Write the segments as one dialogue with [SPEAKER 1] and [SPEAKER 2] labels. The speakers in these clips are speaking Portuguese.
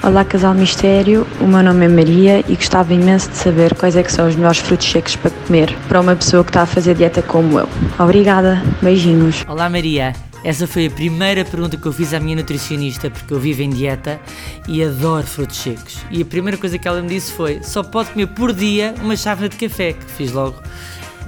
[SPEAKER 1] Olá, Casal Mistério. O meu nome é Maria e gostava imenso de saber quais é que são os melhores frutos secos para comer para uma pessoa que está a fazer dieta como eu. Obrigada, beijinhos.
[SPEAKER 2] Olá Maria, essa foi a primeira pergunta que eu fiz à minha nutricionista porque eu vivo em dieta e adoro frutos secos. E a primeira coisa que ela me disse foi: só pode comer por dia uma chávena de café, que fiz logo.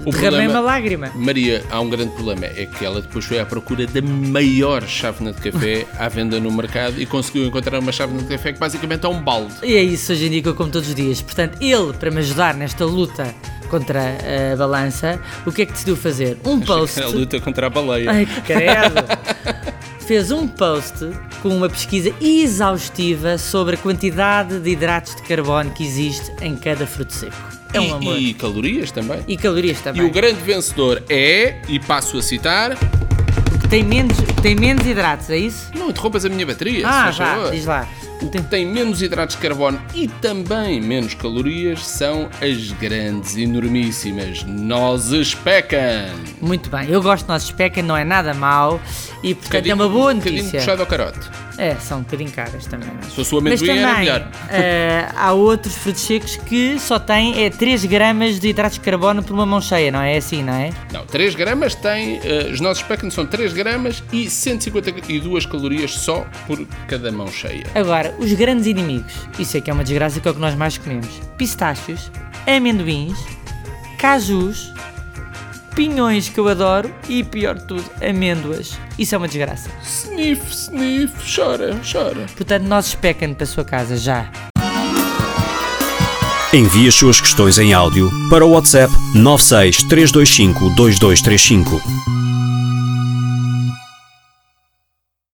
[SPEAKER 3] O
[SPEAKER 2] Derramei
[SPEAKER 3] problema-
[SPEAKER 2] uma lágrima.
[SPEAKER 3] Maria, há um grande problema, é que ela depois foi à procura da maior chávena de café à venda no mercado e conseguiu encontrar uma chávena de café que basicamente é um balde.
[SPEAKER 2] E é isso hoje em dia que eu como todos os dias. Portanto, ele, para me ajudar nesta luta contra a balança, o que é que decidiu fazer? Um post.
[SPEAKER 3] É A luta contra a baleia.
[SPEAKER 2] Ai, que credo! Fez um post com uma pesquisa exaustiva sobre a quantidade de hidratos de carbono que existe em cada fruto seco. É um amor.
[SPEAKER 3] e,
[SPEAKER 2] E,
[SPEAKER 3] e calorias também.
[SPEAKER 2] calorias
[SPEAKER 3] E
[SPEAKER 2] também.
[SPEAKER 3] o grande vencedor é, e passo a citar,
[SPEAKER 2] que tem menos, que tem menos hidratos, é isso?
[SPEAKER 3] não interrompas a minha bateria,
[SPEAKER 2] ah,
[SPEAKER 3] se faz
[SPEAKER 2] já,
[SPEAKER 3] favor.
[SPEAKER 2] diz lá.
[SPEAKER 3] O que tem menos hidratos de carbono e também menos calorias são as grandes, enormíssimas nozes pecan.
[SPEAKER 2] Muito bem, eu gosto de nozes peca, não é nada mau e portanto é uma boa
[SPEAKER 3] Um bocadinho
[SPEAKER 2] notícia.
[SPEAKER 3] puxado ao carote.
[SPEAKER 2] É, são um bocadinho caras também. não é?
[SPEAKER 3] Se fosse o amendoim
[SPEAKER 2] Mas
[SPEAKER 3] era
[SPEAKER 2] também,
[SPEAKER 3] melhor.
[SPEAKER 2] eh, há outros frutos secos que só têm é, 3 gramas de hidratos de carbono por uma mão cheia, não é assim, não é?
[SPEAKER 3] Não, 3 gramas tem, eh, os nossos pecan são 3 gramas e 152 calorias só por cada mão cheia.
[SPEAKER 2] Agora, os grandes inimigos, isso é que é uma desgraça que é o que nós mais comemos: pistáchios, amendoins, cajus, pinhões que eu adoro e pior de tudo, amêndoas. Isso é uma desgraça.
[SPEAKER 3] Sniff, sniff, chora, chora.
[SPEAKER 2] Portanto, nós especam para a sua casa já.
[SPEAKER 4] Envie as suas questões em áudio para o WhatsApp 963252235.